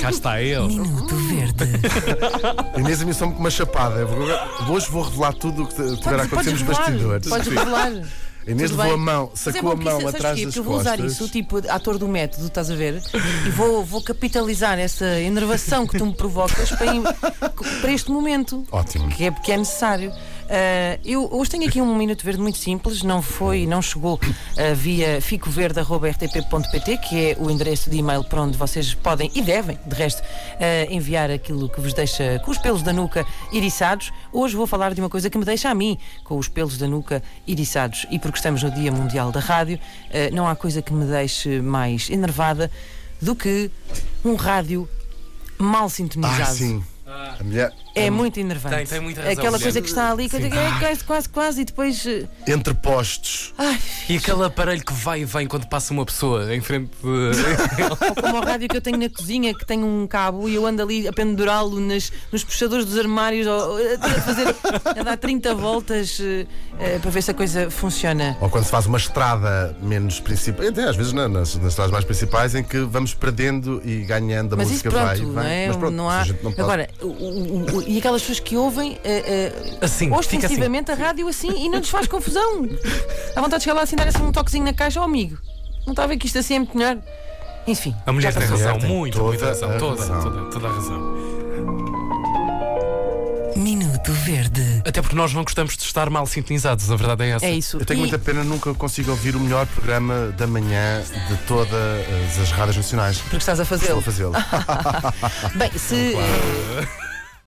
Cá está ele. Minuto Verde. Inês, a mim são uma chapada. Eu vou- Hoje vou revelar tudo o que tiver a acontecer nos bastidores. Podes Sim. revelar. A Inês Tudo levou a bem. mão, Mas é sacou bom a que mão isso, sabes atrás quê? das Porque eu vou usar costas. isso, tipo ator do método, estás a ver? E vou, vou capitalizar essa enervação que tu me provocas para, im- para este momento. Ótimo. Que é porque é necessário. Ah, eu hoje tenho aqui um minuto verde muito simples, não foi, não chegou ah, via ficoverde.rtp.pt, que é o endereço de e-mail para onde vocês podem e devem, de resto, ah, enviar aquilo que vos deixa com os pelos da nuca iriçados. Hoje vou falar de uma coisa que me deixa a mim com os pelos da nuca iriçados. E porque estamos no Dia Mundial da Rádio, ah, não há coisa que me deixe mais enervada do que um rádio mal sintonizado. Ah, sim. A mulher É muito enervante. Tem- tem muita razão, Aquela mulher. coisa que está ali, que eu digo, é quase, quase, quase, e depois. eh, entre postos. Ai, E aquele aparelho que vai e vem quando passa uma pessoa em frente de. ou como o rádio que eu tenho na cozinha, que tem um cabo, e eu ando ali a pendurá-lo nas- nos puxadores dos armários, ou, ou a, a fazer, a dar 30 voltas eh, eh, para ver se a coisa funciona. Ou quando se faz uma estrada menos principal, até às vezes não, nas, nas estradas mais principais, em que vamos perdendo e ganhando, a Mas isso música pronto, vai e vem. não é? Mas pronto, não há... a gente não pode- Agora, o- o- o- e aquelas pessoas que ouvem eh, eh, Assim, fica assim. ostensivamente a rádio assim e não nos faz confusão. Dá vontade de chegar lá assim, dar assim um toquezinho na caixa, ó amigo. Não está a ver que isto assim é muito melhor? Enfim. A mulher tem mulher razão, tem muito, muita toda razão. a Toda, razão. toda, toda a razão. Minuto Verde. Até porque nós não gostamos de estar mal sintonizados, a verdade é essa. É isso. Eu tenho E- muita pena, nunca consigo ouvir o melhor programa da manhã de todas as rádios nacionais. Porque é estás a Estou fazê-lo. a fazê-lo. Bem, se, eh,